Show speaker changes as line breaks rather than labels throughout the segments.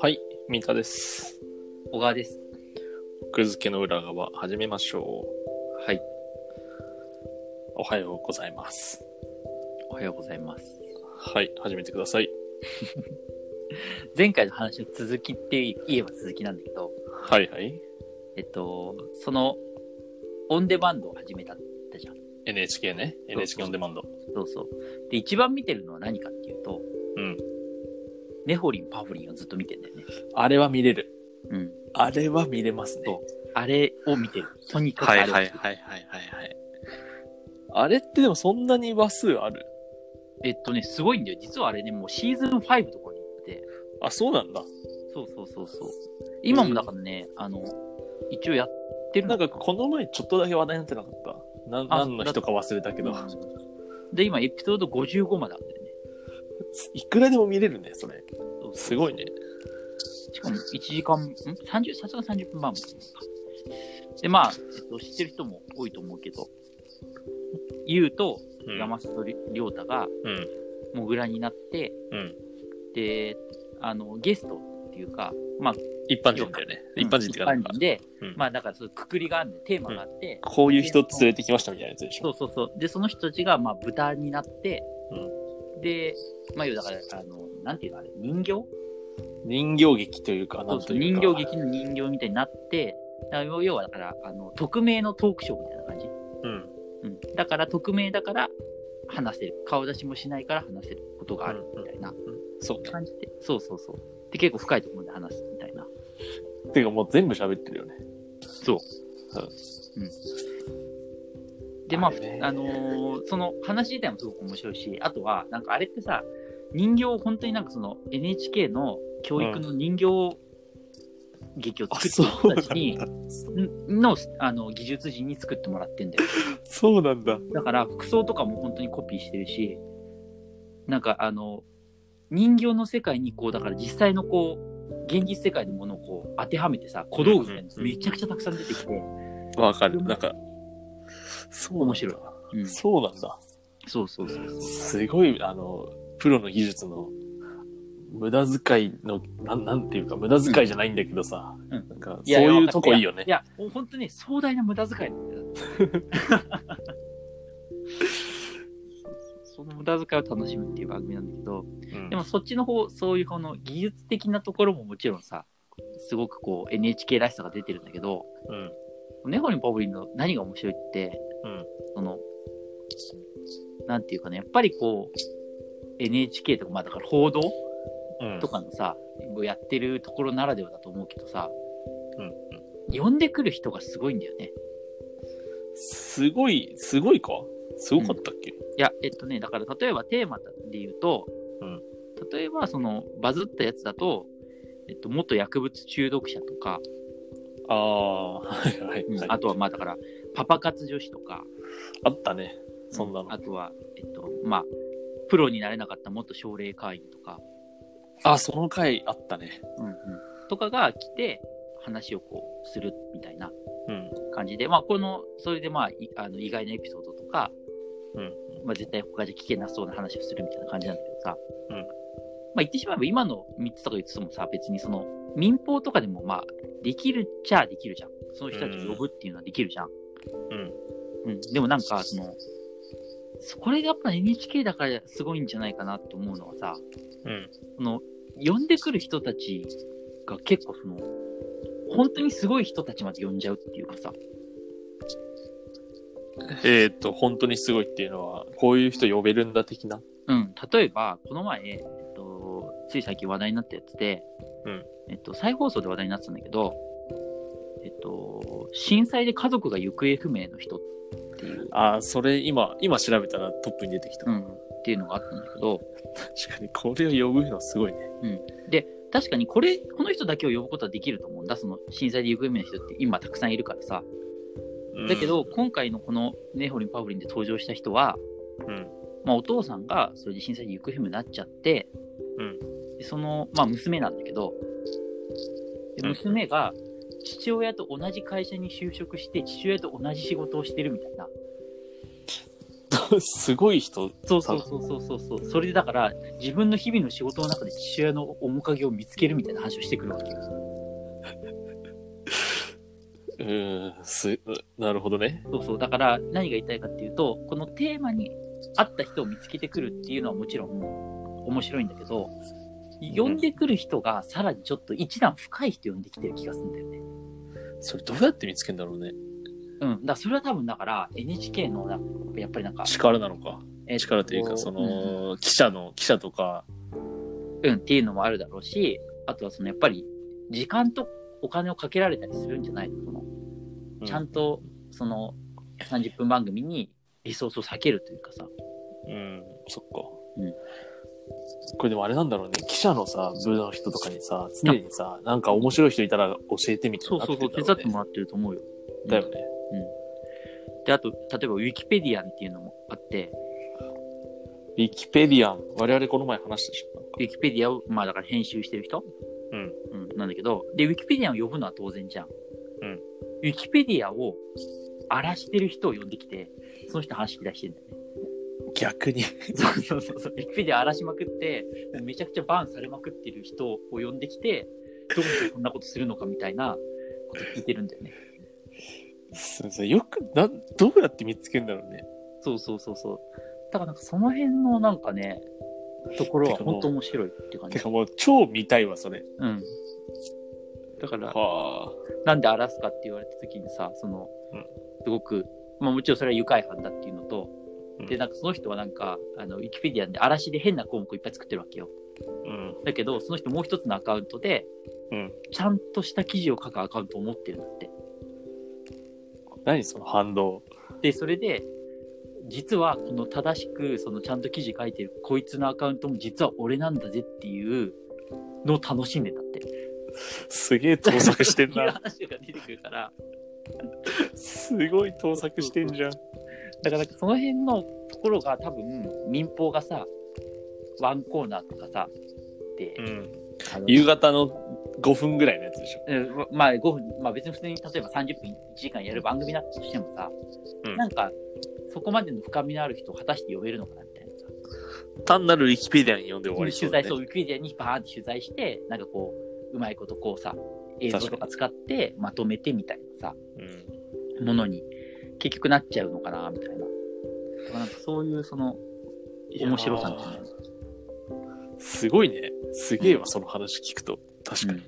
はい、三田です。
小川です。
奥付けの裏側始めましょ
はい。
う。おはようございます。
おはようございます。
はい、始めてください。
前回の話の続きって言えば続きなんだけど、
はいはい。
えっと、その、オンデマンドを始めたってじゃん。
NHK ね。
う
NHK オンデマンド。
そうそう。で、一番見てるのは何かっていうと、
うん。
ネホリン、パホリンをずっと見てんだよね。
あれは見れる。
うん。
あれは見れますね。
そうあれを見てる。とにかくあ
はい
れ
はいは
を
い
見てる
はいはいはい。あれってでもそんなに話数ある
えっとね、すごいんだよ。実はあれね、もうシーズン5とかに行って、
あ、そうなんだ。
そうそうそうそう。今もだからね、あの、一応やってる
なん
の
かこの前ちょっとだけ話題になってなかった。な
あ
何の人か忘れたけど。
うんで、今エピソード55まであるんだよね。
いくらでも見れるね、それ。すごいね。
しかも1時間、ん ?30、さすが30分前も。で、まあ、えっと、知ってる人も多いと思うけど、優と
うん
山里亮太が
うん。
モグラになって、
うん。
で、あの、ゲストっていうか、まあ、
一般人だよね。一般人ってかなん
一
か
般人。で、
うん
まあ、だからそういうくくりがあるんで、テーマがあって、
こういう人連れてきましたみたいなやつでし
そ
ょ。
うそうそう。で、その人たちが、まあ、豚になって、で、まあ、要はだから、あの、なんていうのあれ、人形
人形劇というか、なんという
人
か。
形劇の人形みたいになって、だから要はだから、あの、匿名のトークショーみたいな感じ。
うん。
うん、だから匿名だから話せる顔出しもしないから話せることがあるみたいな
そうか。
感じで、そうそうそうで結構深いところで話すみたいな
ていうかもう全部喋ってるよね。
そうでまあ
あれね
あのーその話自体もすごく面白いしあとはなんかあれってさ人形を本当になんかその NHK の教育の人形劇を作ってる人たちに、
だ。
んのあの技術人に作ってもらってんだよ
そうなんだ。
だから服装とかも本当にコピーしてるし、なんかあの、人形の世界にこう、だから実際のこう、現実世界のものをこう当てはめてさ、小道具みたいな
うんう
の
んうん
めちゃくちゃたくさん出てきて、
わかる。なんか、そうなんだ
面白い。うんそ
そうなんだ。
うそうそうそう。
すごい、あの、プロの技術の、無駄遣いの、なん、なんていうか、無駄遣いじゃないんだけどさ。
うん
なんか、
や
そういうとこいいよね
い。や、もう本当に壮大な無駄遣いなんだ よ。その無駄遣いを楽しむっていう番組なんだけど、
うん
でもそっちの方、そういうこの技術的なところももちろんさ、すごくこう NHK らしさが出てるんだけど、
うん。
ネホリン・パブリンの何が面白いって、
うん
その、なんていうかね、やっぱりこう、NHK とか、まあだから報道
うん。
とかのさ、やってるところならではだと思うけどさ、
うん。
呼んでくる人がすごいんだよね。
すごい、すごいかすごかったっけ
いや、えっとね、だから例えばテーマで言うと、
うん
例えばそのバズったやつだと、えっと、元薬物中毒者とか、
ああ、はいはいはい。
あとはまあだから、パパ活女子とか、
あったね。そんなの。
あとは、えっと、まあ、プロになれなかった元奨励会員とか、
あ、その回あったね。
とかが来て話をこうするみたいな
うん。
感じで、まあ、このそれでまあいあの意外なエピソードとか、
うん。
まあ、絶対他じゃ聞けなそうな話をするみたいな感じなんだけどさ、
うん
まあ、言ってしまえば今の3つとか4つもさ別にその民放とかでもまあできるっちゃできるじゃんその人たちを呼ぶっていうのはできるじゃん、
うん。
うん、でもなんかそのそこれがやっぱ NHK だからすごいんじゃないかなと思うのはさ、
うん。
その呼んでくる人たちが結構その本当にすごい人たちまで呼んじゃうっていうかさ
えっ、と、本当にすごいっていうのは、こういう人呼べるんだ的な。
うん、例えば、この前、えっと、つい最近話題になったやつで、
うん
えっと、再放送で話題になってたんだけど、えっと、震災で家族が行方不明の人っていう、
ああ、それ今、今調べたらトップに出てきた。
うん、っていうのがあったんだけど、
確かに、これを呼ぶのすごいね。
確かにこれ、この人だけを呼ぶことはできると思うんだ、その震災で行方不明の人って今たくさんいるからさ。だけど、今回のこのネホリン・パフリンで登場した人は、
うん、
まあ、お父さんがそれで震災で行方不明になっちゃって、
うん
でその、まあ、娘なんだけど
う
で
ん
娘が父親と同じ会社に就職して父親と同じ仕事をしてるみたいな
すごい人。
そうそうそうそうそうそう。それでだから、自分の日々の仕事の中で父親の面影を見つけるみたいな話をしてくるわけよ。
うーん、す、なるほどね。
そうそう。だから、何が言いたいかっていうと、このテーマに合った人を見つけてくるっていうのはもちろん面白いんだけど、呼んでくる人がさらにちょっと一段深い人呼んできてる気がするんだよね。
それどうやって見つけんだろうね。
うん。だからそれは多分だから NHK のなやっぱりなんか、
力なのか。
えっと
力というか、そ
うん
の、記者の、記者とか、
うん、っていうのもあるだろうし、あとはそのやっぱり時間とお金をかけられたりするんじゃないのその
う
ちゃんとその30分番組にリソースを避けるというかさ。
うん、そっか。
うん
これでもあれなんだろうね。記者のさ、部の人とかにさ、常にさ、なんか面白い人いたら教えてみたい
そ
に
う
な
そうそう、手
るんだ
伝
ろ
ってもらってると思うよ。
だよね。
で、あと、例えばウィキペディアンっていうのもあって、
ウィキペディアン、我々この前話したでしょ。なんか
ウィキペディアを、まあだから編集してる人、
うん。
うん、なんだけど、で、ウィキペディアンを呼ぶのは当然じゃん。
うん
ウィキペディアを荒らしてる人を呼んできて、その人の話聞き出してんだよね。
逆に。
そうそうそうそう。ウィキペディア荒らしまくって、めちゃくちゃバーンされまくってる人を呼んできて、どうしてそんなことするのかみたいなこと聞いてるんだよね。
そうそうよく、なん、どうやって見つけるんだろうね。
そうそうそうそう。だからなんかその辺のなんかね、ところは
てかもう
本当面白いっていう感
て
じ。
かもう超見たいわ、それ。
うん。だから、
はあ。
なんで荒らすかって言われた時にさ、その
うん、
すごく、まあもちろんそれは愉快犯だっていうのと、
うん
で、なんかその人はなんか、あの、ウィキペディアで嵐で変な項目をいっぱい作ってるわけよ。
うん。
だけど、その人もう一つのアカウントで、
うん。
ちゃんとした記事を書くアカウントを持ってるんだって。
何その反動。
で、それで、実はこの正しく、そのちゃんと記事書いてるこいつのアカウントも実は俺なんだぜっていうのを楽しんでんだって。
すげえ盗作してん
っていう
な。
話が出てくるから、
すごい盗作してんじゃん。
だからその辺のところが多分民放がさ、ワンコーナーとかさ、で、
うん。
あの
夕方の5分ぐらいのやつでしょ。
うんまあ5分、まあ別に普通に例えば30分1時間やる番組だったとしてもさ、
うん
なんかそこまでの深みのある人を果たして呼べるのかなみたいなさ。
単なるウィキペディアに読んで終わりそ
取
うだ
材
ね
そうウィキペディアにバーンって取材してなんかこううまいことこうさ映像とか使ってまとめてみたいなさ
うん。
ものに結局なっちゃうのかなみたいななんかそういうその面白さみたいな、
すごいね。すげえ
う
わ、
ん
その話聞くと。確
う
かに。
ん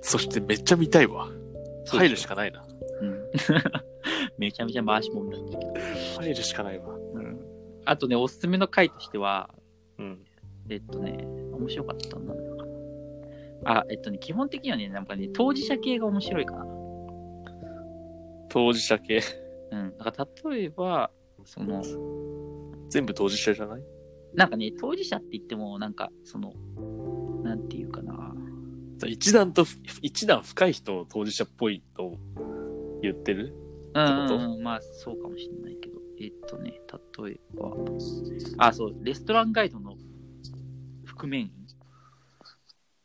そしてめっちゃ見たいわ。
そう
入るしかないな。
うん、 めちゃめちゃ回しもんだったけど、
入るしかないわ。
あとねおすすめの回としては
うん。
えっとね面白かったのなんだかなあえっとね基本的にはねなんかね当事者系が面白いかな
当事者系。
うんだから例えばその
全部当事者じゃない
なんかね、当事者って言っても、なんか、その、なんていうかな。
一段と、一段深い人を当事者っぽいと言ってる
うん
ってこと
うんうん、まあ、そうかもしれないけど。えっとね、例えば、あ、そう、レストランガイドの覆面員、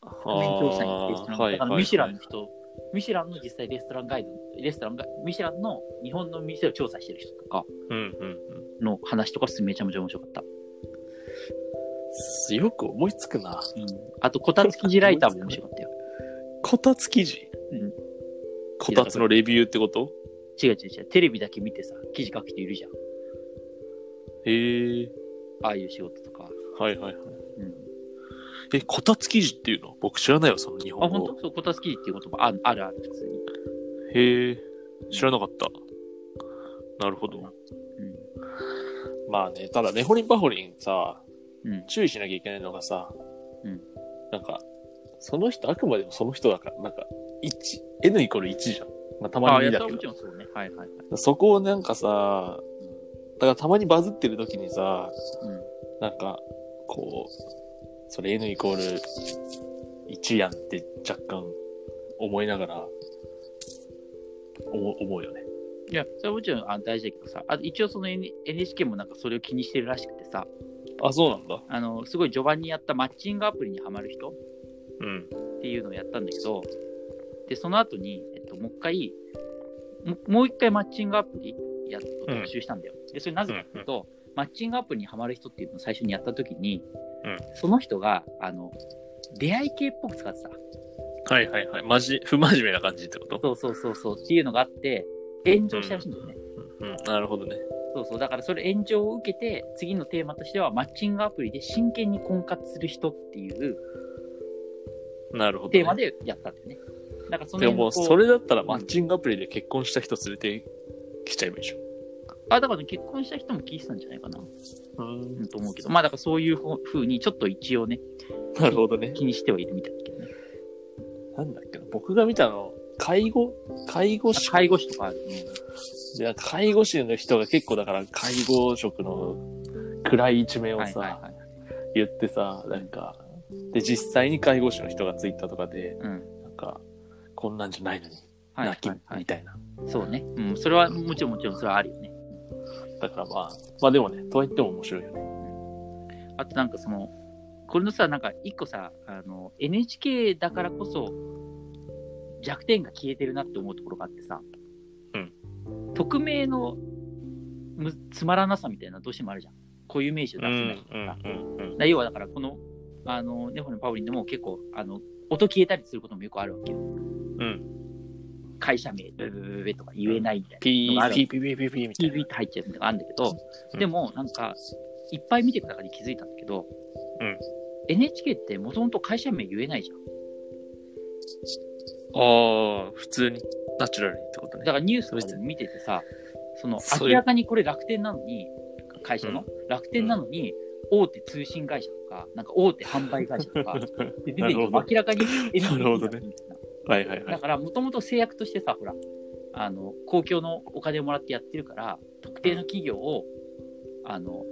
あ
覆面調査員、レストランガイド
はい
あの
はい
ミシュランの人、ミシュランの実際レストランガイド、レストランが、ミシュランの日本の店を調査してる人とか
うんうんうん。
の話とかすめちゃめちゃ面白かった。
すよく思いつくな。
うん、あと、こたつ記事ライターも面白かったよ。
こたつ記事
うん
こたつのレビューってこと
違う違う違う、テレビだけ見てさ、記事書く人いるじゃん。
へえ。
ああいう仕事とか。
はいはいはい。
うん
え、こたつ記事っていうの僕知らないわ、その日
あ、
本
本
語
当。そう、こたつ記事っていう言葉ああるある、普通に。
へえ。知らなかった。なるほど。
う
まあね、ただね、ホリンパホリンさ、
ん。うん。
注意しなきゃいけないのがさ、
うん
なんか、その人、あくまでもその人だから、なんか、一 N イコール1じゃん。まあ、たま
あ、
に
い
2
やそ
だ
れは
け
もち
ど。
ろんそうね。はいはいはい。
そこをなんかさ、だからたまにバズってる時にさ、
うん。
なんか、こう、それ N イコール1やんって若干思いながら、思う思うよね。
いや、それはもちろんあ大事だけどさ、あと一応その N- NHK もなんかそれを気にしてるらしくてさ、
あ、そうなんだ。
あの、すごい序盤にやったマッチングアプリにはまる人っ
うん。
ていうのをやったんだけど、で、その後に、えっと、もう一回、ももう一回マッチングアプリやっと特集したんだよ。で、それなぜかっていうと、マッチングアプリにハマる人っていうのを最初にやった時に、
うん
その人が、あの、出会い系っぽく使ってた。
はいはいはい。まじ、 不真面目な感じってこと
そうそうそうそうっていうのがあって、炎上したらしいんだよね。
うん、なるほどね。
そうそう。だからそれ炎上を受けて、次のテーマとしては、マッチングアプリで真剣に婚活する人っていう
なるほど、ね。
テーマでやったんだよね。なんかその
で
辺
もも
の
う
こう
それだったらマッチングアプリで結婚した人連れてきちゃえばいいでしょ。
あ、だからね、結婚した人も聞いてたんじゃないかな。
うん、
と思うけど、まあだからそういうふう風に、ちょっと一応ね、
なるほどね。
気にしてはいるみたいだけどね。
なんだっけな。僕が見たの、介護介護士
あ介護士とかある、ね。
いや介護士の人が結構だから介護職の暗い一面を
はい
さ、
はいはい。
言ってさ、なんか、で、実際に介護士の人がツイッターとかで、
うん。
なんか、こんなんじゃないのに、
はいは
泣き
い、は
み
い。
たいな。
そうね。うん。それはもちろんもちろんそれはあるよね。
だからまあ、まあでもね、とは言っても面白いよね。
あとなんかその、これのさ、なんか一個さ、あの、NHK だからこそ弱点が消えてるなって思うところがあってさ、
うん。
匿名のむつまらなさみたいなのどうしてもあるじゃん。こういう名詞を出せないとかさ。
うん、うん。
だ要はだからこの、あの、ネホのパオリンでも結構、あの、音消えたりすることもよくあるわけよ。
うん。
会社名、ブブブブブとか言えないみたいな。
ピ
のが
ー、
ある
ピー、ピー、ピー、ピー、ピーみたい
TV って入っちゃうみたいなのがあるんだけど、
うん
でもなんか、いっぱい見ていく中で気づいたんだけど、
うん、
NHK ってもともと会社名言えないじゃん。
な。ああ、普通に、ナチュラルにってこと
だからニュースとかでも見ててさ、その
そう
明
いう
らかにこれ楽天なのに、会社の、楽天なのに、大手通信会社とか、なんか大手販売会社とか、で出 て
な
る
るほ
の
ど
明らかに NHK
なるほどね
だみたいな。
はいはいは
だ
い。
から、もともと制約としてさ、ほら、あの、公共のお金をもらってやってるから、特定の企業を、あの、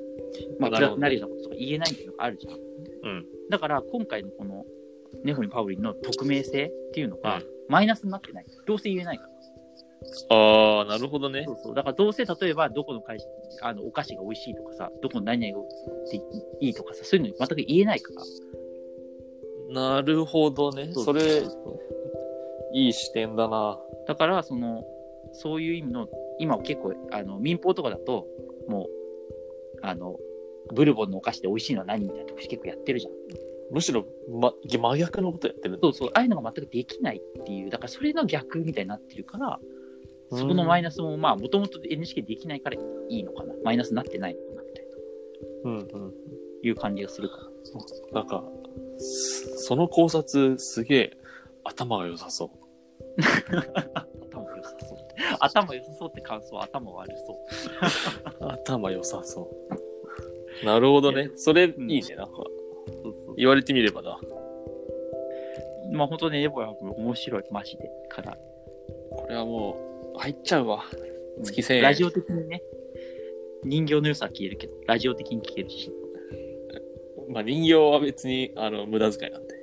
まあ、
な
プ
るほ
ラ
ど
スなるようなこととか言えないっていうのがあるじゃん。
うん。
だから、今回のこの、ネホリン・パウリンの匿名性っていうの
う
が
ん、
マイナスになってない。どうせ言えないから。
ああ、なるほどね
そ。うそう。だから、どうせ例えば、どこの会社、あの、お菓子が美味しいとかさ、どこの何々がいいとかさ、そういうの全く言えないから。
なるほどね。
そう
それ、いい視点だな。
だからそのそういう意味の今は結構あの民放とかだともうあのブルボンのお菓子で美味しいのは何みたいな特集結構やってるじゃん
むしろ、ま、真逆のことやってるんだ
そうそうああいうのが全くできないっていうだからそれの逆みたいになってるからそこのマイナスもまあもともと NHK できないからいいのかなマイナスになってないのかなみたいな
うんうん。
いう感じがするから
なんか、すその考察すげえ頭が良さそう。
頭良さそうって頭良さそうって感想頭悪そう
頭良さそう。なるほどね。それい
ん
いね、なんか。
そうそう
言われてみればだ。
まあ本当ねエボヤ君面白いマジでから
これはもう、入っちゃうわ。月1000円
ラジオ的にね人形の良さは消えるけどラジオ的に消えるし
まあ、人形は別に、あの、無駄遣いなんで。